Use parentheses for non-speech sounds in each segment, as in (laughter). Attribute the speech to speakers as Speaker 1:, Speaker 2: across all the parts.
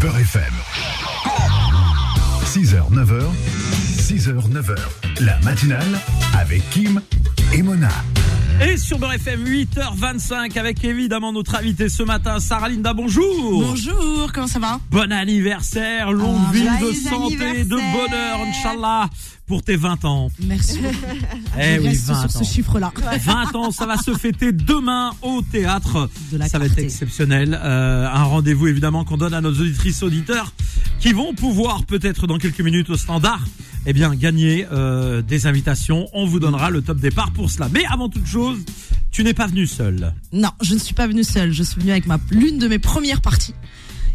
Speaker 1: Beurre FM. 6h, 9h, 6h, 9h. La matinale avec Kim et Mona.
Speaker 2: Et sur Beurre FM, 8h25, avec évidemment notre invité ce matin, Sarah Linda, bonjour
Speaker 3: Bonjour, comment ça va
Speaker 2: Bon anniversaire, longue
Speaker 3: Ah,
Speaker 2: vie de
Speaker 3: joyeux
Speaker 2: santé, de
Speaker 4: anniversaire.
Speaker 2: bonheur, Inch'Allah, pour tes 20 ans.
Speaker 3: Merci.
Speaker 2: Eh
Speaker 3: Ah, Je
Speaker 2: oui,
Speaker 3: reste
Speaker 2: 20 ans.
Speaker 3: sur ce
Speaker 2: (laughs)
Speaker 3: chiffre-là.
Speaker 2: 20 ans, ça va se fêter demain au théâtre.
Speaker 3: De la
Speaker 2: ça va être
Speaker 3: clarté.
Speaker 2: exceptionnel. Euh, un rendez-vous évidemment qu'on donne à nos auditrices auditeurs qui vont pouvoir peut-être dans quelques minutes au standard eh bien gagner euh, des invitations. On vous donnera le top départ pour cela. Mais avant toute chose, tu n'es pas venu seul.
Speaker 3: Non, je ne suis pas venue seule. Je suis venue avec ma l'une de mes premières parties,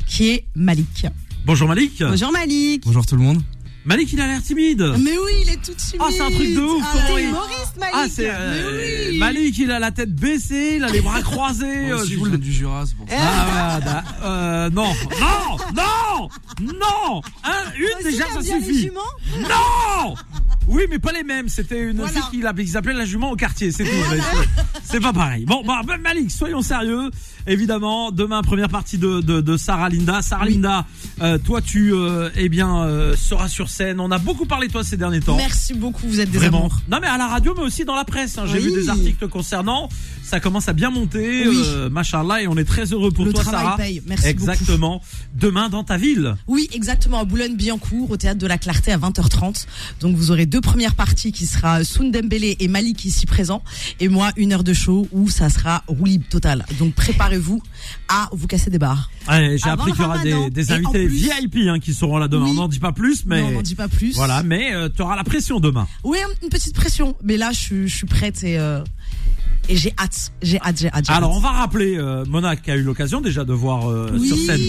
Speaker 3: qui est Malik.
Speaker 2: Bonjour Malik.
Speaker 4: Bonjour Malik.
Speaker 5: Bonjour tout le monde.
Speaker 2: Malik, il a l'air timide.
Speaker 3: Mais oui, il est tout timide.
Speaker 2: Ah, c'est un truc de ouf,
Speaker 3: Ah,
Speaker 2: comment
Speaker 3: oui.
Speaker 2: il-
Speaker 4: Humoriste Malik.
Speaker 2: Ah, c'est euh,
Speaker 3: Mais oui.
Speaker 2: Malik, il a la tête baissée, il a les bras croisés.
Speaker 5: Moi
Speaker 6: oh,
Speaker 2: euh,
Speaker 5: aussi,
Speaker 2: je
Speaker 5: je
Speaker 2: vous le
Speaker 5: viens du Jura, c'est pour ça.
Speaker 2: Ah, ouais, bah, euh, non, non, non, non, Un, une déjà ça
Speaker 4: bien les
Speaker 2: suffit.
Speaker 4: juments
Speaker 2: Non, oui, mais pas les mêmes. C'était une
Speaker 3: Voilà.
Speaker 2: fille qu'ils appelaient- ils appelaient la jument au quartier, c'est tout. C'est- C'est pas pareil. Bon, bah, bah, Malik, soyons sérieux. Évidemment, demain première partie de de, de Sarah Linda. Sarah Linda, euh, toi tu euh, eh bien euh, seras sur scène. On a beaucoup parlé de toi ces derniers temps.
Speaker 3: Merci beaucoup, vous êtes des
Speaker 2: Vraiment.
Speaker 3: amours.
Speaker 2: Non mais à la radio mais aussi dans la presse. hein. J'ai
Speaker 3: Oui.
Speaker 2: vu des articles te concernant. Ça commence à bien monter.
Speaker 3: Oui.
Speaker 2: Euh, machallah et on est très heureux pour
Speaker 3: Le
Speaker 2: toi
Speaker 3: travail
Speaker 2: Sarah.
Speaker 3: paye. Merci beaucoup.
Speaker 2: Exactement. Demain dans ta ville.
Speaker 3: Oui, exactement, à Boulogne-Billancourt, au théâtre de la Clarté à 20h30. Donc vous aurez deux premières parties qui sera Soundembele et Malik ici présents. Et moi, une heure de show où ça sera roue libre totale. Donc préparez-vous à vous casser des barres.
Speaker 2: Ouais,
Speaker 3: Ah,
Speaker 2: J'ai
Speaker 4: Avant
Speaker 2: appris
Speaker 4: le
Speaker 2: qu'il y aura
Speaker 4: ramadan.
Speaker 2: des, des
Speaker 3: hein. Et
Speaker 2: invités
Speaker 3: en plus-
Speaker 2: VIP hein, qui seront là demain.
Speaker 3: Oui.
Speaker 2: On n'en dit pas plus mais
Speaker 3: Non, on n'en dit pas plus.
Speaker 2: voilà. Mais tu auras la pression demain.
Speaker 3: Oui, un- une petite pression, mais là je, suis- je suis prête et, euh, et j'ai hâte, j'ai hâte, j'ai hâte. j'ai
Speaker 2: Alors
Speaker 3: hâte.
Speaker 2: on va rappeler euh, Mona qui a eu l'occasion déjà de voir euh,
Speaker 3: Oui.
Speaker 2: sur scène.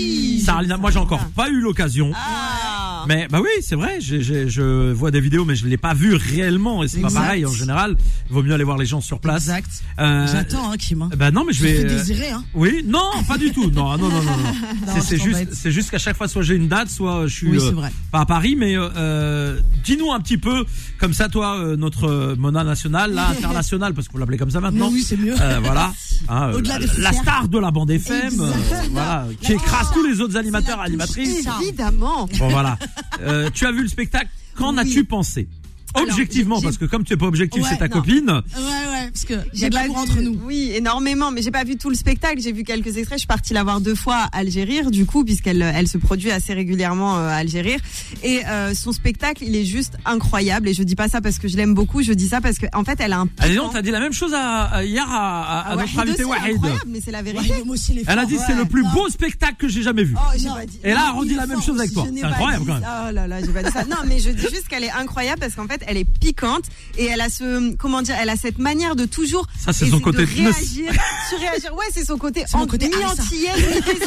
Speaker 2: Sarah Linda, moi j'ai encore pas eu l'occasion.
Speaker 4: Ah.
Speaker 2: Mais bah oui, c'est vrai. j'ai- j'ai- je vois des vidéos, mais je l'ai pas vu réellement. Et c'est pas
Speaker 3: Exact.
Speaker 2: pareil en général. Vaut mieux aller voir les gens sur place.
Speaker 3: Exact.
Speaker 2: Euh,
Speaker 3: J'attends, hein, Kim. hein.
Speaker 2: Bah non, mais je
Speaker 3: Je
Speaker 2: vais.
Speaker 3: fais
Speaker 2: euh,
Speaker 3: désirer, hein.
Speaker 2: Oui, non, pas du tout. Non, non, non, non.
Speaker 3: (laughs)
Speaker 2: non. C'est- c'est
Speaker 3: je
Speaker 2: juste,
Speaker 3: t'embête.
Speaker 2: c'est juste qu'à chaque fois, soit j'ai une date, soit je suis
Speaker 3: Oui,
Speaker 2: euh,
Speaker 3: c'est vrai.
Speaker 2: pas à Paris, mais euh, euh, dis-nous un petit peu comme ça, toi, euh, notre euh, Mona nationale, là, internationale, parce que vous l'appelez comme ça maintenant.
Speaker 3: Mais oui, c'est
Speaker 2: Euh,
Speaker 3: mieux. (laughs)
Speaker 2: voilà, hein, euh,
Speaker 3: Au-delà
Speaker 2: la,
Speaker 3: des
Speaker 2: la
Speaker 3: frontières.
Speaker 2: star de la bande FM, euh,
Speaker 3: Exactement.
Speaker 2: voilà, qui écrase tous les autres animateurs,
Speaker 3: touche.
Speaker 2: animatrices.
Speaker 3: Ça.
Speaker 4: Évidemment.
Speaker 2: Bon voilà. Euh, tu as vu le spectacle. Qu'en
Speaker 3: Oui.
Speaker 2: as-tu pensé
Speaker 3: Alors,
Speaker 2: Objectivement,
Speaker 3: j'ai-
Speaker 2: parce que comme tu es pas objectif,
Speaker 3: Ouais,
Speaker 2: c'est ta
Speaker 3: non.
Speaker 2: copine.
Speaker 3: Ouais, ouais, parce que j'ai
Speaker 4: J'ai
Speaker 3: de
Speaker 4: pas
Speaker 3: l'amour
Speaker 4: vu-
Speaker 3: entre nous.
Speaker 4: Oui, énormément, mais j'ai pas vu tout le spectacle. J'ai vu quelques extraits. Je suis partie la voir deux fois à Algérie, du coup, puisqu'elle euh, elle se produit assez régulièrement euh, à Algérie. Et euh, son spectacle, il est juste incroyable. Et je dis pas ça parce que je l'aime beaucoup. Je dis ça parce que, en fait, elle a un.
Speaker 2: Allez, on t'a dit la même chose à, à- hier à, à- à
Speaker 4: Ah,
Speaker 2: notre
Speaker 4: Wahid
Speaker 2: invité
Speaker 4: aussi,
Speaker 2: Wahid.
Speaker 4: incroyable, mais c'est la vérité.
Speaker 3: Ouais, moi aussi, les
Speaker 2: Elle a dit c'est le plus
Speaker 3: Non.
Speaker 2: beau spectacle que j'ai jamais vu.
Speaker 4: Oh, j'ai
Speaker 3: Non.
Speaker 4: pas dit-
Speaker 2: Et là,
Speaker 4: non,
Speaker 2: on redit
Speaker 4: il est
Speaker 2: la même
Speaker 4: fort
Speaker 2: chose avec
Speaker 4: aussi,
Speaker 2: toi.
Speaker 4: je n'ai
Speaker 2: C'est
Speaker 4: pas
Speaker 2: incroyable,
Speaker 4: dit-
Speaker 2: quand
Speaker 4: Oh là là, j'ai pas dit ça. Non, mais je dis juste qu'elle est incroyable parce qu'en fait, elle est piquante et elle a ce, comment dire, elle a cette manière de toujours.
Speaker 2: Ça, c'est
Speaker 4: essayer
Speaker 2: son côté
Speaker 4: de
Speaker 2: de neuf.
Speaker 4: réagir,
Speaker 2: (laughs)
Speaker 4: surréagir. Ouais, c'est son côté.
Speaker 3: C'est mon
Speaker 4: an-
Speaker 3: côté Arisa.
Speaker 4: mi-antillais, mi-TZ.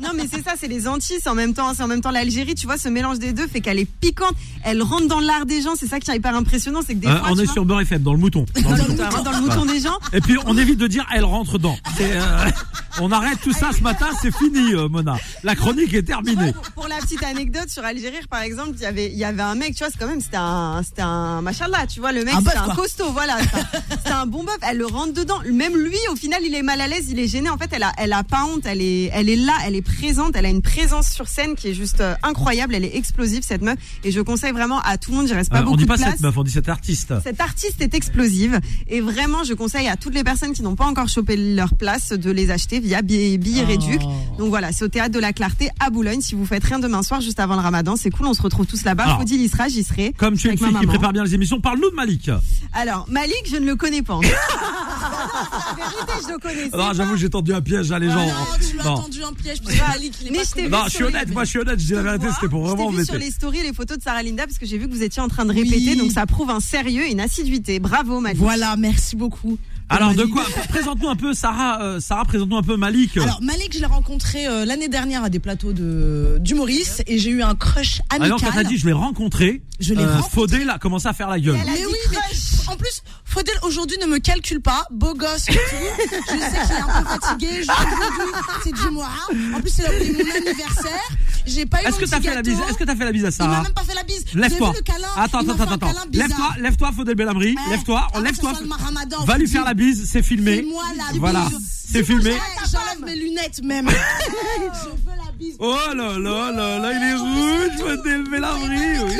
Speaker 4: Non, mais c'est ça, c'est les Antilles, c'est en même temps, c'est en même temps l'Algérie. Tu vois, ce mélange des deux fait qu'elle est piquante. Elle rentre dans l'art des gens. C'est ça qui est hyper impressionnant, c'est que des
Speaker 2: Hein,
Speaker 4: fois,
Speaker 2: on
Speaker 4: tu
Speaker 2: est
Speaker 4: vois,
Speaker 2: sur Beurre FM, dans le mouton. Dans le
Speaker 4: dans le
Speaker 2: mouton.
Speaker 4: mouton- dans le mouton des gens.
Speaker 2: Et puis on évite de dire elle rentre dans. C'est, euh, on arrête tout ça ce matin, c'est fini, euh, Mona. La chronique est terminée.
Speaker 4: Pour- Pour la petite anecdote sur Algérie, par exemple, il y avait, il y avait un mec, tu vois, c'est quand même, c'était un, c'était un, machallah, tu vois, le mec,
Speaker 3: Un
Speaker 4: c'était
Speaker 3: bœuf,
Speaker 4: un
Speaker 3: quoi.
Speaker 4: costaud, voilà, c'était un- c'était un bon bœuf, elle le rentre dedans. Même lui, au final, il est mal à l'aise, il est gêné. En fait, elle a, elle a pas honte, elle est, elle est là, elle est présente, elle a une présence sur scène qui est juste euh, incroyable, elle est explosive, cette meuf. Et je conseille vraiment à tout le monde, j'y reste pas
Speaker 2: Euh,
Speaker 4: beaucoup
Speaker 2: on dit pas
Speaker 4: de place.
Speaker 2: cette meuf, on dit cet artiste.
Speaker 4: Cette artiste est explosive et vraiment, je conseille à toutes les personnes qui n'ont pas encore chopé leur place de les acheter via billets, billets
Speaker 3: Oh.
Speaker 4: réduc. Donc voilà, c'est au théâtre de la Clarté à Boulogne. Si vous faites rien demain soir, juste avant le Ramadan, c'est cool. On se retrouve tous là-bas.
Speaker 2: Alors.
Speaker 4: Faudil y sera, j'y serai.
Speaker 2: Comme tu es une
Speaker 4: Avec
Speaker 2: fille
Speaker 4: ma
Speaker 2: qui
Speaker 4: maman.
Speaker 2: prépare bien les émissions, parle-nous de Malik.
Speaker 4: Alors Malik, je ne le connais pas.
Speaker 2: (laughs)
Speaker 4: La vérité, je le connaissais.
Speaker 2: Non, j'avoue, j'ai tendu un piège
Speaker 4: Oh
Speaker 2: à les gens.
Speaker 3: Ah, Non, tu l'as
Speaker 2: Non.
Speaker 3: tendu un piège, parce que Malik, il est
Speaker 4: Mais
Speaker 3: pas
Speaker 4: je t'ai
Speaker 3: connu.
Speaker 4: vu
Speaker 2: Non,
Speaker 4: sur
Speaker 2: je suis
Speaker 4: les-
Speaker 2: honnête, moi je suis honnête, je dis la vérité, c'était pour
Speaker 4: Je t'ai
Speaker 2: vraiment
Speaker 4: vu sur
Speaker 2: embêter.
Speaker 4: les stories les photos de Sarah Linda parce que j'ai vu que vous étiez en train de
Speaker 3: Oui.
Speaker 4: répéter, donc ça prouve un sérieux, et une assiduité. Bravo Malik.
Speaker 3: Voilà, merci beaucoup.
Speaker 2: Alors de
Speaker 3: Malik.
Speaker 2: quoi Présente-nous un peu Sarah, euh, Sarah, présente-nous un peu Malik.
Speaker 3: Alors Malik, je l'ai rencontré euh, l'année dernière à des plateaux de du Maurice et j'ai eu un crush amical.
Speaker 2: Alors quand Ah, t'as dit je l'ai rencontré, euh,
Speaker 3: Je l'ai rencontré.
Speaker 2: Faudé là commencé à faire la gueule.
Speaker 4: Elle a dit
Speaker 3: mais oui, mais
Speaker 4: crush.
Speaker 3: en plus, Faudel aujourd'hui ne me calcule pas, beau gosse et tout. Je sais qu'il est un peu fatigué, je suis c'est du mois. En plus, il a oublié mon anniversaire. J'ai pas eu
Speaker 2: Est-ce
Speaker 3: mon
Speaker 2: que
Speaker 3: petit
Speaker 2: t'as fait la
Speaker 3: gâteau.
Speaker 2: bise Est-ce que t'as fait la bise à
Speaker 3: Il m'a
Speaker 2: Sarah
Speaker 3: même pas fait la bise. Vous avez
Speaker 2: Lève-toi.
Speaker 3: vu le câlin
Speaker 2: Attends,
Speaker 3: Il m'a
Speaker 2: attends,
Speaker 3: fait un
Speaker 2: attends,
Speaker 3: câlin
Speaker 2: attends.
Speaker 3: bizarre.
Speaker 2: Lève-toi, lève-toi, Faudel Belhamri.
Speaker 3: Ouais.
Speaker 2: Lève-toi,
Speaker 3: Avant que
Speaker 2: lève-toi.
Speaker 3: ce soit le Ramadan,
Speaker 2: Va
Speaker 3: faut
Speaker 2: lui
Speaker 3: dire.
Speaker 2: faire la bise, c'est filmé.
Speaker 3: Dis-moi la
Speaker 2: Voilà,
Speaker 3: bise.
Speaker 2: c'est filmé. (laughs)
Speaker 3: J'enlève mes lunettes même. Je veux la
Speaker 2: Oh là là là là, il est rouge, je vais lever la
Speaker 3: Ah
Speaker 2: vrille. oui.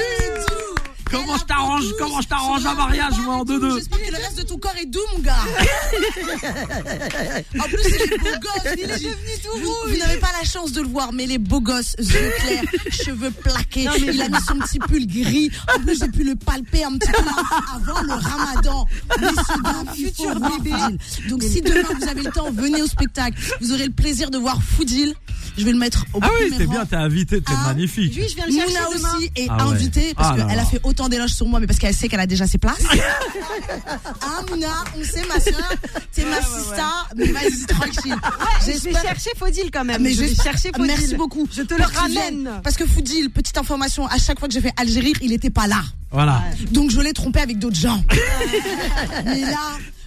Speaker 2: Comment je t'arrange, comment je t'arrange un mariage, moi, en deux deux.
Speaker 5: J'espère que le reste de ton corps est doux, mon
Speaker 3: (laughs)
Speaker 5: gars. en plus, il est beau gosse, il est devenu tout rouge.
Speaker 3: Vous n'avez pas la chance de le voir, mais les beaux gosses, yeux
Speaker 5: (laughs)
Speaker 3: clairs, cheveux plaqués.
Speaker 5: il a mis son petit pull gris. En plus, j'ai pu le palper un petit peu avant le ramadan. Mais (laughs) c'est un futur bébé.
Speaker 3: Donc si demain vous avez le temps, venez au spectacle. Vous aurez le plaisir de voir Foodil. Je vais le mettre au
Speaker 2: Ah oui,
Speaker 3: premier
Speaker 2: t'es
Speaker 3: rang.
Speaker 2: bien, t'es invité, t'es
Speaker 5: Ah,
Speaker 2: magnifique.
Speaker 4: Lui, je viens le chercher
Speaker 3: Mouna
Speaker 4: demain.
Speaker 3: aussi est
Speaker 2: Ah ouais.
Speaker 3: invitée
Speaker 2: Ah
Speaker 3: parce
Speaker 2: là
Speaker 3: qu'elle
Speaker 2: là.
Speaker 3: a fait autant d'éloges sur moi, mais parce qu'elle sait qu'elle a déjà
Speaker 2: (laughs)
Speaker 3: ses places.
Speaker 5: Ah, Mouna, on sait, ma soeur. T'es ma sista. Mais
Speaker 4: (laughs)
Speaker 5: vas-y, tranquille.
Speaker 4: Je vais chercher Faudil quand
Speaker 2: Ah,
Speaker 4: même.
Speaker 5: Mais
Speaker 4: je vais
Speaker 5: j'espère-
Speaker 4: chercher Faudil.
Speaker 5: Merci beaucoup.
Speaker 4: Je te le
Speaker 5: Parce qu'il
Speaker 4: ramène.
Speaker 5: vient- Parce que Foodil, petite information, à chaque fois que j'ai fait Algérie, il était pas là.
Speaker 2: Voilà.
Speaker 5: Donc je l'ai trompé avec d'autres gens. Mais là,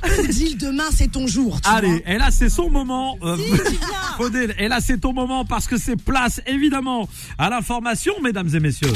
Speaker 5: Foodil, demain c'est ton jour. tu
Speaker 2: Allez,
Speaker 5: vois.
Speaker 2: et là c'est son moment. euh, (laughs) Faudel, et là c'est ton moment parce que c'est place évidemment à l'information, mesdames et messieurs.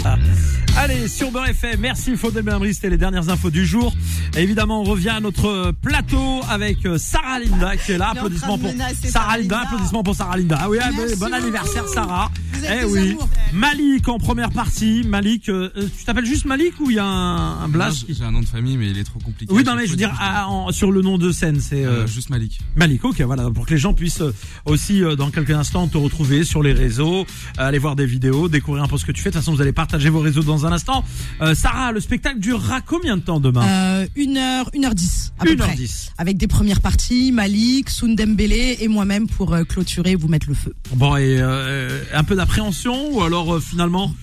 Speaker 2: Allez, sur Beurre FM, merci Faudel Benhamri, c'était les dernières infos du jour. Et évidemment, on revient à notre euh, plateau avec euh, Sarah Linda qui est là.
Speaker 4: Il est en
Speaker 2: Applaudissements
Speaker 4: train
Speaker 2: pour
Speaker 4: de menacer
Speaker 2: Sarah
Speaker 4: Sarah
Speaker 2: Linda,
Speaker 4: Linda.
Speaker 2: applaudissements pour Sarah Linda. Ah oui, ah,
Speaker 5: Merci
Speaker 2: bon
Speaker 5: beaucoup.
Speaker 2: anniversaire Sarah.
Speaker 5: Vous êtes
Speaker 2: eh
Speaker 5: des
Speaker 2: oui.
Speaker 5: amours.
Speaker 2: Malik en première partie. Malik, euh, euh, tu t'appelles juste Malik ou il y a un, un blaze
Speaker 6: J'ai un nom de famille, mais il est trop compliqué.
Speaker 2: Oui, non mais je veux dire ah, en- sur le nom de scène, c'est. euh,
Speaker 6: Euh, juste Malik.
Speaker 2: Malik, ok, voilà, pour que les gens puissent euh, aussi euh, dans quelques instants te retrouver sur les réseaux, euh, aller voir des vidéos, découvrir un peu ce que tu fais. De toute façon, vous allez partager vos réseaux dans un instant. Euh, Sarah, le spectacle durera combien de temps demain
Speaker 3: Euh, 1h, 1h10 à peu près.
Speaker 2: 1h10.
Speaker 3: Avec des premières parties, Malik, Sundembele et moi-même pour euh, clôturer et vous mettre le feu.
Speaker 2: Bon, et euh, un peu d'appréhension ou alors euh, finalement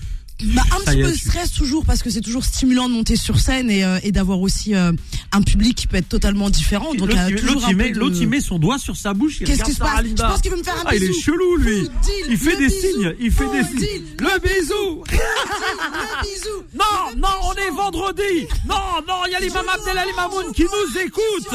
Speaker 3: Bah, un
Speaker 2: Ça
Speaker 3: petit
Speaker 2: y est,
Speaker 3: peu de
Speaker 2: tu-
Speaker 3: stress toujours parce que c'est toujours stimulant de monter sur scène et, euh, et d'avoir aussi euh, un public qui peut être totalement différent. Donc
Speaker 2: l'autre
Speaker 3: euh,
Speaker 2: il-
Speaker 3: toujours
Speaker 2: l'autre,
Speaker 3: un
Speaker 2: il
Speaker 3: peu
Speaker 2: met-
Speaker 3: de-
Speaker 2: l'autre, il met son doigt sur sa bouche, il
Speaker 3: Qu'est-ce
Speaker 2: regarde
Speaker 3: qui se
Speaker 2: Sarah
Speaker 3: passe Je
Speaker 2: Linda.
Speaker 3: pense qu'il veut me faire un
Speaker 2: Ah, il est
Speaker 3: bisou.
Speaker 2: chelou lui.
Speaker 3: Foodil,
Speaker 2: Il fait
Speaker 3: le
Speaker 2: des
Speaker 3: bisou.
Speaker 2: signes, il fait des
Speaker 3: Foodil,
Speaker 2: signes. Le bisou.
Speaker 3: Le bisou.
Speaker 2: Non, non, on est vendredi. Non, non, il y a l'imam Abdelali Mamoun qui nous écoute.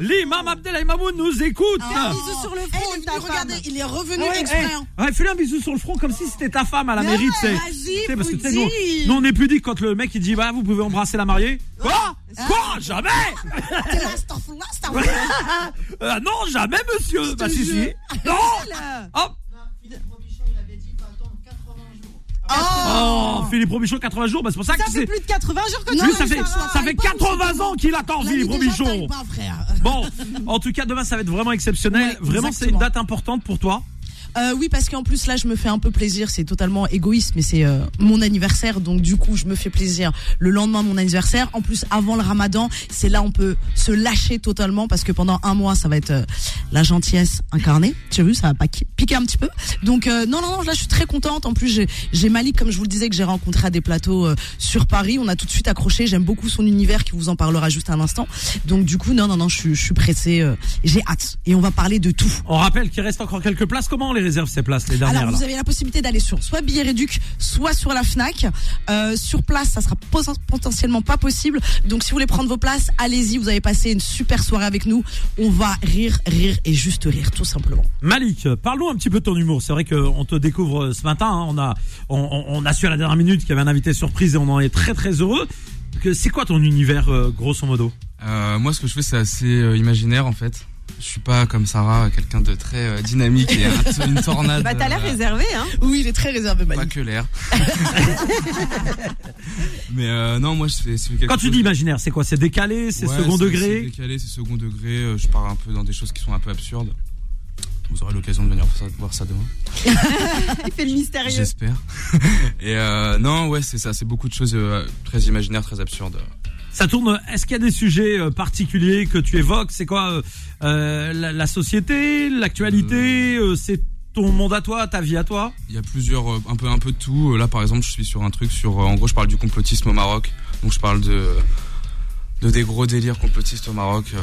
Speaker 2: L'imam Abdelali Mamoun nous écoute.
Speaker 5: Bisous sur le
Speaker 3: Eh,
Speaker 5: front,
Speaker 3: il est
Speaker 5: ta
Speaker 3: venu, regardez,
Speaker 5: femme.
Speaker 3: il est revenu
Speaker 2: Ouais,
Speaker 3: exprès. hein.
Speaker 2: eh, ouais, fais-lui un bisou sur le front comme si c'était ta femme à la mairie, tu sais.
Speaker 5: vas-y,
Speaker 2: Tu sais, parce que tu sais, nous,
Speaker 5: Poutine.
Speaker 2: nous, on est pudique quand le mec il dit bah vous pouvez embrasser la mariée. Quoi Quoi Jamais
Speaker 5: T'es là, astaghfirullah, astaghfirullah.
Speaker 2: Euh, Non, jamais monsieur. Bah si si. Non. Hop. Oh, Philippe Robichon 80 jours, bah c'est pour ça que
Speaker 4: Ça
Speaker 2: tu
Speaker 4: fait
Speaker 2: sais.
Speaker 4: plus de 80 jours que
Speaker 5: Non,
Speaker 4: tu
Speaker 2: Lui,
Speaker 5: mais
Speaker 2: ça fait,
Speaker 5: ça va,
Speaker 2: ça fait
Speaker 5: il parle,
Speaker 2: 80 ans qu'il
Speaker 3: Oh,
Speaker 2: attend
Speaker 5: La
Speaker 2: Philippe
Speaker 5: nuit déjà,
Speaker 2: Robichon.
Speaker 5: t'arrives pas, frère.
Speaker 2: Bon, en tout cas, demain ça va être vraiment exceptionnel.
Speaker 3: Ouais,
Speaker 2: vraiment, c'est une
Speaker 3: exactement.
Speaker 2: date importante pour toi.
Speaker 3: Euh, oui, parce qu'en plus là, je me fais un peu plaisir. C'est totalement égoïste, mais c'est euh, mon anniversaire, donc du coup, je me fais plaisir le lendemain de mon anniversaire. En plus, avant le Ramadan, c'est là on peut se lâcher totalement parce que pendant un mois, ça va être euh, la gentillesse incarnée. Tu as vu, ça va pas qui- piquer un petit peu. Donc euh, non, non, non, là, je suis très contente. En plus, j'ai- j'ai Malik, comme je vous le disais, que j'ai rencontré à des plateaux euh, sur Paris. On a tout de suite accroché. J'aime beaucoup son univers, qui vous en parlera juste un instant. Donc du coup, non, non, non, je, suis- je suis pressée. euh, j'ai hâte et on va parler de tout.
Speaker 2: On rappelle qu'il reste encore quelques places. Comment on les réserve ces places, les dernières
Speaker 3: Alors vous
Speaker 2: là
Speaker 3: avez la possibilité d'aller sur soit Billet Réduc, soit sur la Fnac. Euh, sur place, ça sera poten- potentiellement pas possible. Donc si vous voulez prendre vos places, allez-y. Vous avez passé une super soirée avec nous. On va rire, rire et juste rire, tout simplement.
Speaker 2: Malik, euh, parlons un petit peu de ton humour. C'est vrai qu'on te découvre euh, ce matin. hein. On a, on, on- on a su à la dernière minute qu'il y avait un invité surprise et on en est très très heureux. Que c'est quoi ton univers, euh, grosso modo
Speaker 6: Euh, moi, ce que je fais, c'est assez euh, imaginaire en fait. Je suis pas comme Sarah, quelqu'un de très euh, dynamique et un- une tornade.
Speaker 4: Bah t'as l'air
Speaker 6: euh,
Speaker 4: réservé
Speaker 2: (laughs)
Speaker 4: hein.
Speaker 3: Oui, il est très réservé,
Speaker 6: Pas
Speaker 3: Malik.
Speaker 6: que l'air. (laughs) mais euh, non, moi, je fais, je fais quelque
Speaker 2: Quand tu
Speaker 6: chose-
Speaker 2: dis imaginaire, c'est quoi C'est décalé, c'est
Speaker 6: Ouais,
Speaker 2: second
Speaker 6: C'est
Speaker 2: degré.
Speaker 6: décalé, c'est second degré. euh, Je pars un peu dans des choses qui sont un peu absurdes. Vous aurez l'occasion de venir voir ça demain.
Speaker 4: Il fait le mystérieux.
Speaker 6: J'espère. (laughs) Et euh, non, ouais, c'est ça. C'est beaucoup de choses euh, très imaginaires, très absurdes.
Speaker 2: Ça tourne. Est-ce qu'il y a des sujets euh, particuliers que tu évoques C'est quoi euh, euh, la, la société, l'actualité euh, C'est ton monde à toi, ta vie à toi
Speaker 6: Il y a plusieurs, euh, un peu, un peu de tout. Euh, Là, par exemple, je suis sur un truc sur, euh, en gros, je parle du complotisme au Maroc. Donc, je parle de, de des gros délires complotistes au Maroc. euh,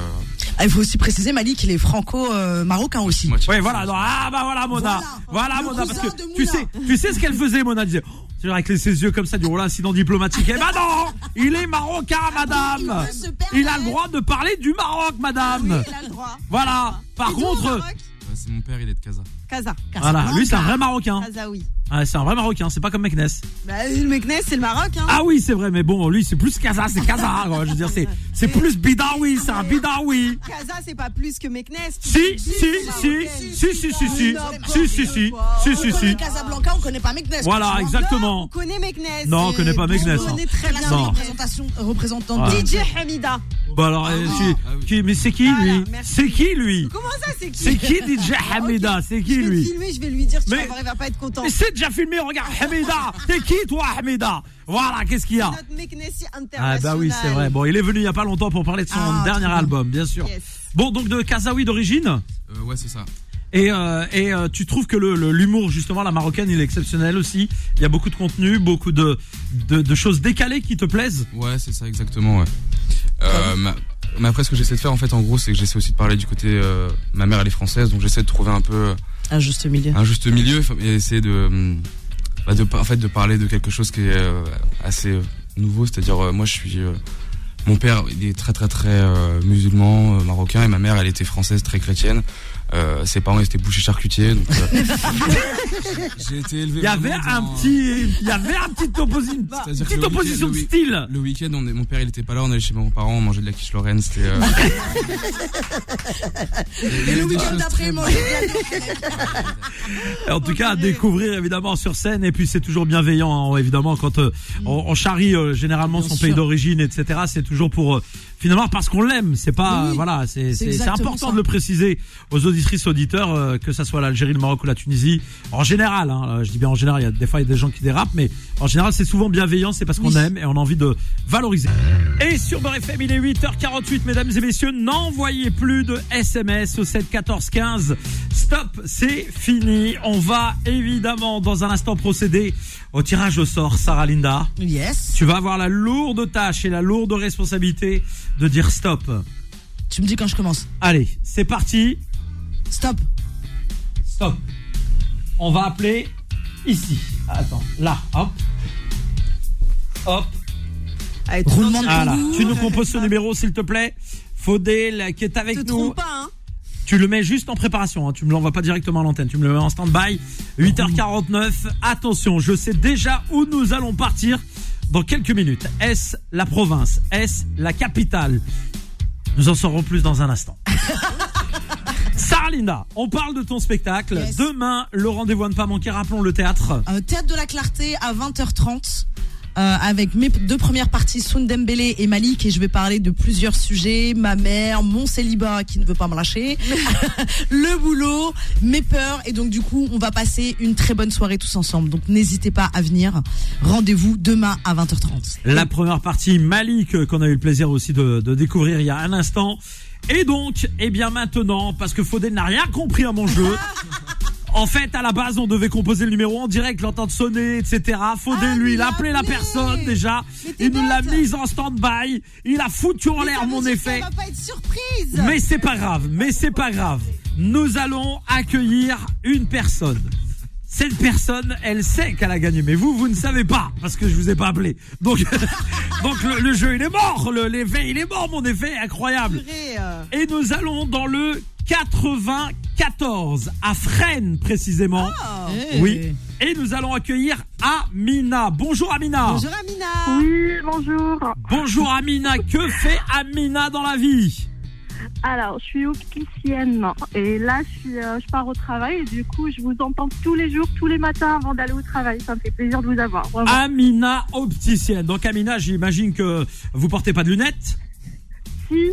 Speaker 3: Ah, il faut aussi préciser, Malik, il est franco-marocain aussi.
Speaker 6: moitié
Speaker 2: Ouais,
Speaker 6: français.
Speaker 2: voilà. non, ah bah voilà Mona. Voilà,
Speaker 3: Le
Speaker 2: Mona parce
Speaker 3: cousin
Speaker 2: que
Speaker 3: de
Speaker 2: tu
Speaker 3: Moula.
Speaker 2: sais, tu sais ce qu'elle faisait Mona Elle disait oh, c'est vrai avec les- ses yeux comme ça du rôle incident diplomatique. Eh bah non, il est marocain madame.
Speaker 5: Il veut se permettre.
Speaker 2: Il a le droit de parler du Maroc madame.
Speaker 4: Il a le droit.
Speaker 2: Voilà. Par
Speaker 4: Et nous, au
Speaker 2: contre, Ah.
Speaker 4: Maroc,
Speaker 6: Ouais, c'est mon père, il est de Casa.
Speaker 4: Kaza.
Speaker 2: Voilà, lui c'est un vrai Marocain.
Speaker 4: Kazaoui.
Speaker 2: Ah, c'est un vrai Marocain, c'est pas comme Meknes.
Speaker 4: Bah, le Meknès, c'est le Maroc, hein.
Speaker 2: Ah oui, c'est vrai, mais bon, lui c'est plus Kaza, c'est Kaza. quoi. Je veux dire, c'est, c'est plus Bidawi, c'est un Bidawi.
Speaker 4: Kaza, c'est pas plus que Meknès. tu
Speaker 2: Si,
Speaker 4: dis,
Speaker 2: si,
Speaker 4: c'est
Speaker 2: si,
Speaker 4: marocain.
Speaker 2: si, si, si, si, si, si, si, si, si,
Speaker 5: On
Speaker 2: si,
Speaker 5: connaît
Speaker 2: si.
Speaker 5: Casablanca, on connaît pas Meknes.
Speaker 2: Voilà,
Speaker 5: franchement.
Speaker 4: On
Speaker 2: exactement.
Speaker 4: connaît Meknès.
Speaker 2: Non, on connaît pas
Speaker 5: Donc,
Speaker 2: Meknès.
Speaker 5: on
Speaker 2: hein.
Speaker 5: connaît très bien
Speaker 2: Non. Ah.
Speaker 5: la représentation- représentante
Speaker 2: Ouais.
Speaker 5: de
Speaker 4: DJ Hamida.
Speaker 2: Bah alors, euh, tu-
Speaker 6: Ah oui.
Speaker 2: qui- mais c'est qui
Speaker 4: Voilà,
Speaker 2: lui
Speaker 4: merci.
Speaker 2: C'est qui lui
Speaker 4: Comment ça, c'est qui
Speaker 2: C'est qui DJ Hamida C'est qui
Speaker 4: Je vais le
Speaker 2: lui
Speaker 4: filmer, je vais lui dire, tu
Speaker 2: Mais-
Speaker 4: vas voir, il va pas être content.
Speaker 2: Mais c'est déjà filmé, regarde Hamida T'es qui toi Hamida Voilà, qu'est-ce qu'il y a
Speaker 4: Notre Meknessi
Speaker 2: Ah
Speaker 4: international.
Speaker 2: bah oui, c'est vrai. Bon, il est venu il y a pas longtemps pour parler de son
Speaker 5: Ah,
Speaker 2: dernier
Speaker 5: très bien.
Speaker 2: album, bien sûr.
Speaker 4: Yes.
Speaker 2: Bon, donc de Kazaoui d'origine
Speaker 6: Euh, ouais, c'est ça.
Speaker 2: et, euh, et euh, tu trouves que le- le- l'humour justement la marocaine il est exceptionnel aussi. Il y a beaucoup de contenu, beaucoup de de, de choses décalées qui te plaisent.
Speaker 6: Ouais, c'est ça, exactement, ouais. Euh, ma- mais après, ce que j'essaie de faire, en fait, en gros, c'est que j'essaie aussi de parler du côté. euh, ma mère, elle est française, donc j'essaie de trouver un peu
Speaker 3: Un juste milieu.
Speaker 6: un juste milieu enfin, et essayer de, hum, bah, de, pa- en fait, de parler de quelque chose qui est euh, assez euh, nouveau. C'est-à-dire, euh, moi, je suis. euh, mon père, il est très, très, très euh, musulman, euh, marocain, et ma mère, elle était française, très chrétienne. Euh, ses parents ils étaient bouchers charcutiers. Donc,
Speaker 2: (laughs)
Speaker 6: euh, j'ai été élevé.
Speaker 2: Il y avait
Speaker 6: vraiment
Speaker 2: un
Speaker 6: dans-
Speaker 2: petit il y avait un petit opposition, petite
Speaker 6: C'est-à-dire que le week-end,
Speaker 2: opposition de
Speaker 6: le week-
Speaker 2: style.
Speaker 6: Le week-end, on est- mon père il était pas là, on allait chez mes parents, on mangeait de la quiche Lorraine, c'était. euh,
Speaker 5: (laughs)
Speaker 6: il y
Speaker 5: Et
Speaker 6: avait
Speaker 5: le
Speaker 6: des
Speaker 2: Euh,
Speaker 5: week-end
Speaker 6: choses
Speaker 5: d'après,
Speaker 6: très-
Speaker 5: il mangeait de la
Speaker 2: En tout cas, à découvrir évidemment sur scène. Et puis c'est toujours bienveillant, hein, évidemment, quand euh, on, on charrie euh, généralement
Speaker 3: Bien
Speaker 2: son
Speaker 3: sûr.
Speaker 2: pays d'origine, etc. C'est toujours pour euh, finalement parce qu'on l'aime. C'est pas
Speaker 5: Oui,
Speaker 2: euh, voilà, c'est c'est- c'est
Speaker 5: exactement
Speaker 2: important
Speaker 5: ça.
Speaker 2: de le préciser aux auditrices auditeurs, euh, que ça soit l'Algérie, le Maroc ou la Tunisie. En général, hein, euh, je dis bien en général. Il y a des fois il y a des gens qui dérapent, mais en général c'est souvent bienveillant. C'est parce qu'on
Speaker 5: Oui.
Speaker 2: aime et on a envie de valoriser. Et sur Beurre FM, il est 8h48, mesdames et messieurs. N'envoyez plus de SMS au 7 14 15. Stop, c'est fini. On va évidemment dans un instant procéder au tirage au sort, Sarah Linda.
Speaker 5: Yes.
Speaker 2: Tu vas avoir la lourde tâche et la lourde responsabilité de dire stop.
Speaker 5: Tu me dis quand je commence.
Speaker 2: Allez, c'est parti.
Speaker 5: Stop.
Speaker 2: Stop. On va appeler ici. Attends, là, hop. Hop.
Speaker 4: Allez, tu
Speaker 5: Roulement de
Speaker 4: t'en-
Speaker 2: Voilà.
Speaker 5: tambour.
Speaker 2: Tu nous composes ce numéro, s'il te plaît. Faudel qui est avec
Speaker 4: Te
Speaker 2: nous.
Speaker 4: trompe pas, hein.
Speaker 2: Tu le mets juste en préparation, hein. tu me l'envoies pas directement à l'antenne, tu me le mets en stand-by. 8h49, attention, je sais déjà où nous allons partir dans quelques minutes. Est-ce la province Est-ce la capitale Nous en saurons plus dans un instant. (laughs) Sarah Linda, on parle de ton spectacle.
Speaker 5: Yes.
Speaker 2: Demain, le rendez-vous à ne pas manquer, rappelons le théâtre.
Speaker 5: Euh, Théâtre de la Clarté à 20h30. euh, avec mes deux premières parties, Sundembele et Malik, et je vais parler de plusieurs sujets, ma mère, mon célibat qui ne veut pas me lâcher, (laughs) le boulot, mes peurs, et donc du coup, on va passer une très bonne soirée tous ensemble. Donc n'hésitez pas à venir. Rendez-vous demain à 20h30.
Speaker 2: La première partie, Malik, euh, qu'on a eu le plaisir aussi de, de découvrir il y a un instant. Et donc, eh bien maintenant, parce que Faudel n'a rien compris à mon
Speaker 4: (laughs)
Speaker 2: jeu. En fait, à la base, on devait composer le numéro en direct, l'entendre sonner, etc. Faudel,
Speaker 4: Ah, mais
Speaker 2: lui, il
Speaker 4: il
Speaker 2: a
Speaker 4: a
Speaker 2: appelé la
Speaker 4: appelé.
Speaker 2: personne déjà.
Speaker 4: Mais t'es
Speaker 2: Il nous l'a
Speaker 4: bête.
Speaker 2: mise en stand-by. Il a foutu en
Speaker 4: Ça
Speaker 2: l'air
Speaker 4: veut
Speaker 2: mon
Speaker 4: dire qu'elle
Speaker 2: effet.
Speaker 4: va pas être surprise.
Speaker 2: Mais c'est pas grave, mais c'est pas grave. Nous allons accueillir une personne. Cette personne, elle sait qu'elle a gagné, mais vous, vous ne savez pas, parce que je vous ai pas appelé. Donc, (laughs) donc le, le jeu, il est mort, le- l'effet, il est mort, mon effet, incroyable.
Speaker 4: Purée, euh,
Speaker 2: Et nous allons dans le 94, à Fresnes précisément. Oui. Et nous allons accueillir Amina. Bonjour Amina.
Speaker 4: Bonjour Amina.
Speaker 7: Oui, bonjour.
Speaker 2: Bonjour Amina. Que fait Amina dans la vie
Speaker 7: Alors, je suis opticienne et là, je, suis, euh, je pars au travail et du coup, je vous entends tous les jours, tous les matins avant d'aller au travail. Ça me fait plaisir de vous avoir. vraiment.
Speaker 2: Ah. Amina opticienne. Donc Amina, j'imagine que vous portez pas de lunettes.
Speaker 7: Si,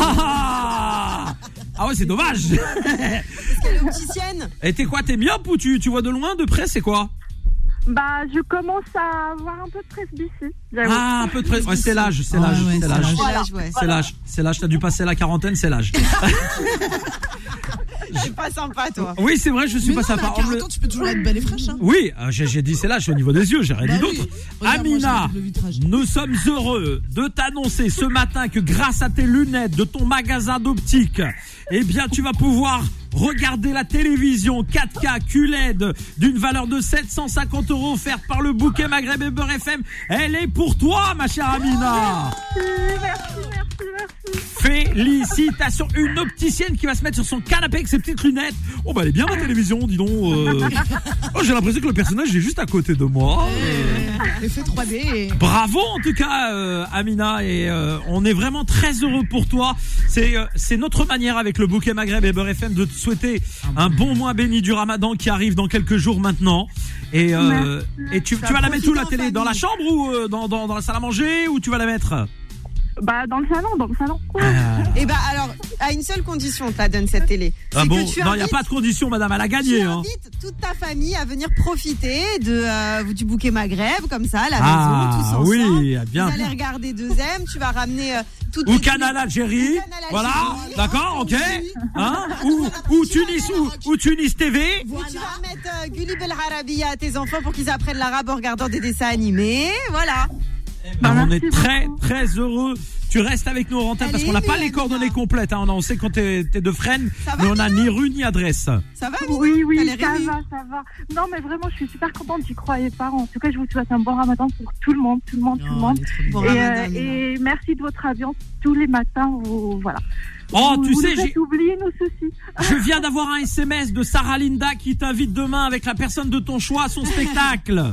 Speaker 2: Ah, ah ouais, c'est dommage.
Speaker 4: Elle est
Speaker 2: (laughs)
Speaker 4: opticienne.
Speaker 2: Et t'es quoi, t'es myope ou tu, tu vois de loin, de près, c'est quoi
Speaker 7: bah, je commence à avoir un peu de presbytie. j'avoue.
Speaker 2: Ah, un peu de près. Ouais, c'est l'âge, c'est
Speaker 5: Ouais,
Speaker 2: l'âge,
Speaker 5: Ah ouais,
Speaker 2: c'est
Speaker 5: c'est
Speaker 2: l'âge.
Speaker 5: l'âge.
Speaker 4: C'est l'âge, ouais.
Speaker 2: C'est l'âge, c'est l'âge, t'as dû passer la quarantaine, c'est l'âge.
Speaker 4: C'est pas sympa, toi.
Speaker 2: Oui, c'est vrai, je suis
Speaker 5: Mais
Speaker 2: pas
Speaker 5: non, mais à
Speaker 2: sympa. On me
Speaker 5: 40
Speaker 2: le-
Speaker 5: ans, tu peux toujours être belle et fraîche. Hein.
Speaker 2: Oui, euh, j'ai j'ai dit c'est l'âge au niveau des yeux, j'ai rien dit
Speaker 5: Bah oui.
Speaker 2: d'autre.
Speaker 5: Regarde, moi, j'ai un
Speaker 2: Amina,
Speaker 5: double vitrage.
Speaker 2: nous sommes heureux de t'annoncer ce matin que grâce à tes lunettes de ton magasin d'optique, eh bien tu vas pouvoir regarder la télévision 4K QLED E d'une valeur de 750 euros offerte par le bouquet Maghreb et Beurre FM. Elle est pour toi, ma chère Amina.
Speaker 7: Merci, merci, merci,
Speaker 2: Félicitations, une opticienne qui va se mettre sur son canapé avec ses petites lunettes. Oh bah elle est bien ma télévision, dis donc. euh. Oh, j'ai l'impression que le personnage est juste à côté de moi.
Speaker 5: L'effet 3D et-
Speaker 2: Bravo en tout cas euh, Amina et euh, on est vraiment très heureux pour toi. C'est euh, c'est notre manière avec le bouquet Maghreb et Beurre FM de te souhaiter un bon mois béni du Ramadan qui arrive dans quelques jours maintenant. Et euh, et tu, tu vas la mettre où la
Speaker 4: profiter en
Speaker 2: télé dans la chambre ou euh, dans, dans dans la salle à manger où tu vas la mettre
Speaker 7: Bah, dans le salon, dans le salon.
Speaker 2: Ah.
Speaker 4: Et bah alors, à une seule condition, on te la donne cette télé.
Speaker 2: Ah
Speaker 4: C'est
Speaker 2: bon,
Speaker 4: que tu
Speaker 2: non, il n'y a
Speaker 4: invites-
Speaker 2: pas de condition, madame, elle a gagné.
Speaker 4: Tu
Speaker 2: Hein.
Speaker 4: invites toute ta famille à venir profiter de, euh, du bouquet Maghreb, comme ça, à la maison, bah, tous
Speaker 2: Ah
Speaker 4: ensemble.
Speaker 2: oui,
Speaker 4: Vous
Speaker 2: bien.
Speaker 4: allez regarder 2M, tu vas ramener euh, toutes
Speaker 2: Ou
Speaker 4: les-
Speaker 2: Canal Algérie,
Speaker 4: Ou Canal
Speaker 2: voilà,
Speaker 4: Algérie,
Speaker 2: d'accord, ok,
Speaker 4: Algérie.
Speaker 2: hein, ou, ou Tunis ou, ou Tunis TV,
Speaker 4: Et Tu vas mettre euh, Gulib El Arabiya à tes enfants pour qu'ils apprennent l'arabe en regardant des dessins animés. Voilà.
Speaker 2: Non,
Speaker 7: Bah,
Speaker 2: on
Speaker 7: merci
Speaker 2: est très
Speaker 7: beaucoup.
Speaker 2: très heureux. Tu restes avec nous, Rantin,
Speaker 4: Elle
Speaker 2: parce
Speaker 4: est
Speaker 2: qu'on n'a pas
Speaker 4: élevée,
Speaker 2: les coordonnées
Speaker 4: Amina.
Speaker 2: complètes. Hein. On a- On sait quand t'es t'es de Fresnes,
Speaker 4: Ça va,
Speaker 2: mais on n'a ni rue ni adresse.
Speaker 4: Ça va, Amina
Speaker 7: Oui,
Speaker 4: T'as
Speaker 7: oui,
Speaker 4: les
Speaker 7: ça
Speaker 4: revues.
Speaker 7: va, ça va. Non, mais vraiment, je suis super contente, j'y croyais pas. En tout cas, je vous souhaite un bon ramadan pour tout le monde, tout le monde, tout le monde.
Speaker 4: Bon,
Speaker 7: Et,
Speaker 4: Ramadan,
Speaker 7: euh,
Speaker 4: Amina.
Speaker 7: et merci de votre ambiance tous les matins. Vous, voilà.
Speaker 2: Oh,
Speaker 7: vous,
Speaker 2: tu
Speaker 7: vous
Speaker 2: sais,
Speaker 7: nous
Speaker 2: j'ai-
Speaker 7: faites oublier nos soucis.
Speaker 2: Je viens d'avoir un SMS de Sarah Linda qui t'invite demain avec la personne de ton choix à son
Speaker 4: (laughs)
Speaker 2: spectacle.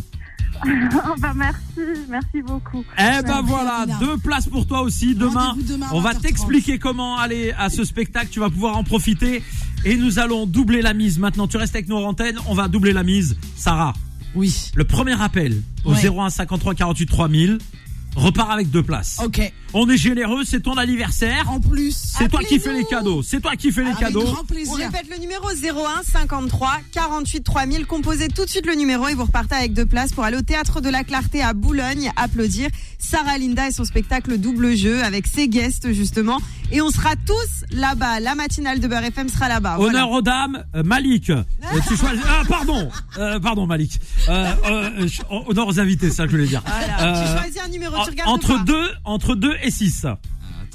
Speaker 7: Ah, bah, merci, merci beaucoup.
Speaker 2: Eh ben
Speaker 5: Sarah
Speaker 2: voilà,
Speaker 5: Linda.
Speaker 2: deux places pour toi aussi demain.
Speaker 5: Rendez-vous demain à
Speaker 2: On va
Speaker 5: 20h30.
Speaker 2: t'expliquer comment aller à ce spectacle, tu vas pouvoir en profiter. Et nous allons doubler la mise maintenant. Tu restes avec nos antennes, on va doubler la mise. Sarah,
Speaker 5: Oui.
Speaker 2: le premier appel au
Speaker 5: Ouais.
Speaker 2: 01 53 48 3000 repart avec deux places.
Speaker 5: Ok.
Speaker 2: On est généreux, c'est ton anniversaire.
Speaker 5: En plus.
Speaker 2: C'est toi qui
Speaker 4: appelez-nous. Ah,
Speaker 2: fais les cadeaux. C'est toi qui fais les
Speaker 5: avec
Speaker 2: cadeaux.
Speaker 5: grand
Speaker 4: On
Speaker 5: plaisir.
Speaker 4: répète le numéro 01 53 48 3000. Composez tout de suite le numéro et vous repartez avec deux places pour aller au théâtre de la Clarté à Boulogne applaudir Sarah Linda et son spectacle Double Jeu avec ses guests justement. Et on sera tous là-bas. La matinale de Beurre FM sera là-bas. Voilà.
Speaker 2: Honneur aux dames, euh, Malik. Euh,
Speaker 4: (laughs)
Speaker 2: tu choisis- Ah pardon, Euh, pardon Malik. Euh, euh, je- honneur aux invités, ça je voulais dire.
Speaker 4: Voilà.
Speaker 2: Euh,
Speaker 4: tu choisis un numéro, tu regardes
Speaker 2: entre
Speaker 4: pas.
Speaker 2: deux, entre deux et 6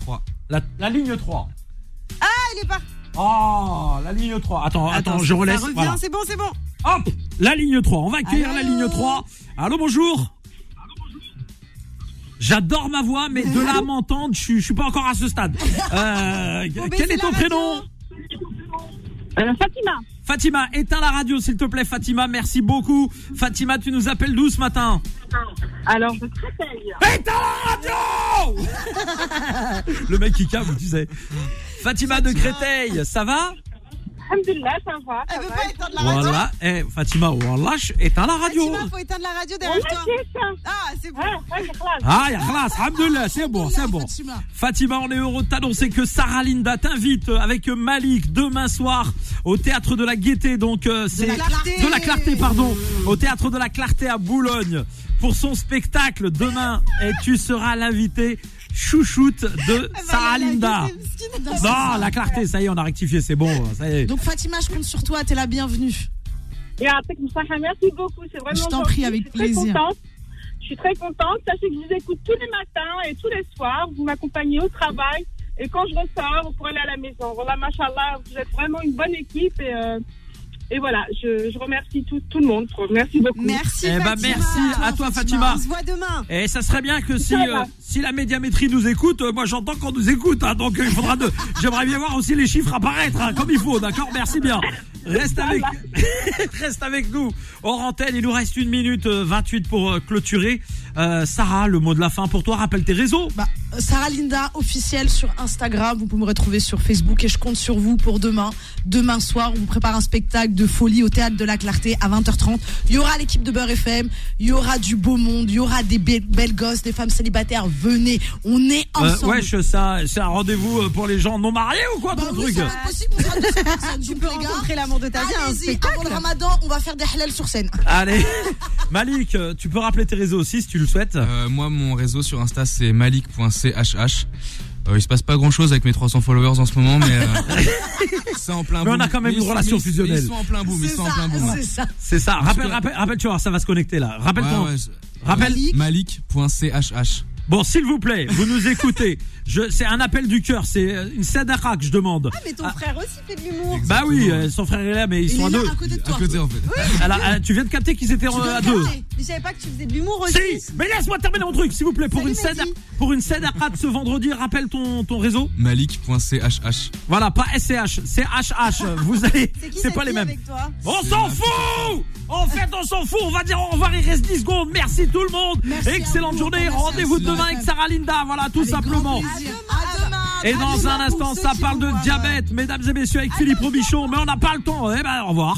Speaker 6: 3.
Speaker 2: La, la ligne 3
Speaker 4: Ah, il est parti.
Speaker 2: Oh, la ligne 3 Attends, attends,
Speaker 4: Attends,
Speaker 2: je
Speaker 4: ça
Speaker 2: relaisse.
Speaker 4: revient,
Speaker 2: Voilà.
Speaker 4: c'est bon, c'est bon.
Speaker 2: Hop, la ligne 3. On va accueillir
Speaker 4: Allô
Speaker 2: la ligne 3. Allô, bonjour. J'adore ma voix, mais de là à m'entendre, je, suis- je suis pas encore à ce stade. Euh, quel
Speaker 4: baisser
Speaker 2: est ton
Speaker 4: la
Speaker 2: prénom
Speaker 4: radio.
Speaker 7: Euh, Fatima,
Speaker 2: Fatima, éteins la radio, s'il te plaît, Fatima. Merci beaucoup. Fatima, tu nous appelles d'où ce matin
Speaker 7: alors je te réveille.
Speaker 2: Éteins la radio Le mec qui cave, tu sais. Fatima de Créteil, ça va
Speaker 7: Alhamdulillah, ça va.
Speaker 5: Euh,
Speaker 7: Ça
Speaker 4: Elle veut
Speaker 7: va.
Speaker 4: pas éteindre la radio.
Speaker 2: Voilà, eh, Fatima, wallah, je- éteins la radio.
Speaker 4: Fatima, faut éteindre la radio
Speaker 7: On
Speaker 4: derrière
Speaker 7: a
Speaker 4: toi.
Speaker 7: fait ça.
Speaker 4: Ah, c'est bon.
Speaker 7: Ah, ouais, c'est clair.
Speaker 2: Ah, ya khlas, alhamdoulilah, c'est bon, c'est bon.
Speaker 5: Fatima.
Speaker 2: Fatima, on est heureux de t'annoncer que Sarah Linda t'invite euh, avec Malik demain soir au théâtre de la Gaieté. Donc euh, c'est
Speaker 4: la Clarté.
Speaker 2: de la Clarté, pardon, au théâtre de la Clarté à Boulogne pour son spectacle demain et tu seras l'invité chouchoute de
Speaker 4: (laughs) Elle va
Speaker 2: Sarah
Speaker 4: aller à Ah, bah, la
Speaker 2: Linda. Bah,
Speaker 4: gueule, c'est mesquine.
Speaker 2: Non, la Clarté, ça y est, on a rectifié, c'est bon, ça y est.
Speaker 5: Donc Fatima, je compte sur toi, t'es la bienvenue.
Speaker 7: Et après, Moustapha, merci beaucoup. C'est vraiment
Speaker 5: Je t'en
Speaker 7: gentil.
Speaker 5: prie, avec
Speaker 7: je suis très
Speaker 5: plaisir.
Speaker 7: contente. Je suis très contente. Sachez que je vous écoute tous les matins et tous les soirs. Vous m'accompagnez au travail. Et quand je ressors, pour aller à la maison. Voilà, machallah, vous êtes vraiment une bonne équipe. Et, euh, et voilà, je, je remercie tout, tout le monde. Merci beaucoup.
Speaker 4: Merci.
Speaker 2: Eh ben,
Speaker 4: Fatima.
Speaker 2: merci à toi, Fatima.
Speaker 4: On se voit demain.
Speaker 2: Et ça serait bien que si,
Speaker 7: Voilà.
Speaker 2: euh, si la médiamétrie nous écoute, euh, moi j'entends qu'on nous écoute, hein, donc euh, il faudra de... (laughs) J'aimerais bien voir aussi les chiffres apparaître, hein, comme il faut, d'accord Merci bien. Reste avec, (laughs) reste avec nous. Hors antenne, il nous reste une minute euh, 28 pour euh, clôturer. Euh, Sarah, le mot de la fin pour toi, rappelle tes réseaux.
Speaker 5: Bah, euh, Sarah Linda officielle sur Instagram, vous pouvez me retrouver sur Facebook et je compte sur vous pour demain. Demain soir, on prépare un spectacle de folie au théâtre de la Clarté à 20h30. Il y aura l'équipe de Beurre FM, il y aura du beau monde, il y aura des be- belles gosses, des femmes célibataires. Venez, on est
Speaker 2: Euh,
Speaker 5: ensemble.
Speaker 2: wesh, ça, c'est un rendez-vous euh, pour les gens non mariés ou quoi
Speaker 5: Bah
Speaker 2: ton
Speaker 5: oui,
Speaker 2: truc
Speaker 5: c'est possible, on sera 200 personnes,
Speaker 4: Tu
Speaker 5: donc,
Speaker 4: peux
Speaker 5: les gars.
Speaker 4: rencontrer l'amour de ta vie. hein. à un
Speaker 5: Allez-y,
Speaker 4: spectacle.
Speaker 5: avant le ramadan, on va faire des halal sur scène.
Speaker 2: Allez, (laughs) Malik, euh, tu peux rappeler tes réseaux aussi si tu le souhaites.
Speaker 6: Euh, moi, mon réseau sur Insta, c'est malik.chh. Euh, il se passe pas grand chose avec mes 300 followers en ce moment, mais
Speaker 2: (laughs)
Speaker 6: euh, c'est en plein
Speaker 2: Mais
Speaker 6: boom.
Speaker 2: on a quand même
Speaker 6: Mais
Speaker 2: une
Speaker 6: ils sont-
Speaker 2: relation
Speaker 6: mais ils-
Speaker 2: fusionnelle.
Speaker 6: Ils sont en plein boom, ils
Speaker 5: C'est
Speaker 6: sont en
Speaker 5: ça,
Speaker 6: plein boom.
Speaker 5: c'est ça.
Speaker 2: C'est ça. Rappelle,
Speaker 6: que-
Speaker 2: rappelle, rappelle, tu vois, ça va se connecter là. Rappelle
Speaker 6: Ouais,
Speaker 2: ton-
Speaker 6: ouais, c'est-
Speaker 2: rappelle-
Speaker 6: Malik.chh.
Speaker 2: Bon, s'il vous plaît, vous nous écoutez. Je, c'est un appel du cœur, c'est euh, une sadaqa que je demande.
Speaker 4: Mais ton frère aussi fait de l'humour.
Speaker 2: bah oui,
Speaker 6: Exactement.
Speaker 2: euh, son frère est là,
Speaker 5: Ah,
Speaker 2: mais ils
Speaker 5: Il
Speaker 2: sont
Speaker 5: est
Speaker 2: à
Speaker 5: là,
Speaker 2: deux.
Speaker 5: à côté de
Speaker 6: À
Speaker 5: toi.
Speaker 6: côté, en fait.
Speaker 2: Elle a- elle- tu viens de capter qu'ils étaient en-
Speaker 5: viens
Speaker 2: à
Speaker 5: de
Speaker 2: deux.
Speaker 5: capter.
Speaker 4: Mais je savais pas que tu faisais de l'humour aussi.
Speaker 2: Si, mais laisse-moi terminer mon truc, s'il vous plaît, pour
Speaker 4: Salut,
Speaker 2: une
Speaker 4: Mehdi.
Speaker 2: sadaqa, pour une sadaqa de ce vendredi. Rappelle ton, ton réseau.
Speaker 6: Malik.chh.
Speaker 2: Voilà, pas SCH, c'est HH.
Speaker 5: (laughs)
Speaker 2: Vous allez,
Speaker 4: qui
Speaker 2: c'est
Speaker 4: cette
Speaker 2: pas les
Speaker 4: fille
Speaker 2: mêmes.
Speaker 4: avec toi
Speaker 2: On s'en
Speaker 6: C'est
Speaker 2: fout En fait, on s'en fout. On va dire au revoir. Il reste 10 secondes. Merci tout le monde.
Speaker 5: Merci à
Speaker 2: Excellente
Speaker 5: vous.
Speaker 2: journée.
Speaker 5: Merci à
Speaker 2: Rendez-vous
Speaker 5: vous.
Speaker 2: demain avec Sarah Linda. Voilà, tout simplement. Et euh, dans un instant, ça parle de diabète, mesdames et messieurs, avec Philippe Robichon. Mais on n'a pas le temps. Eh ben, au revoir.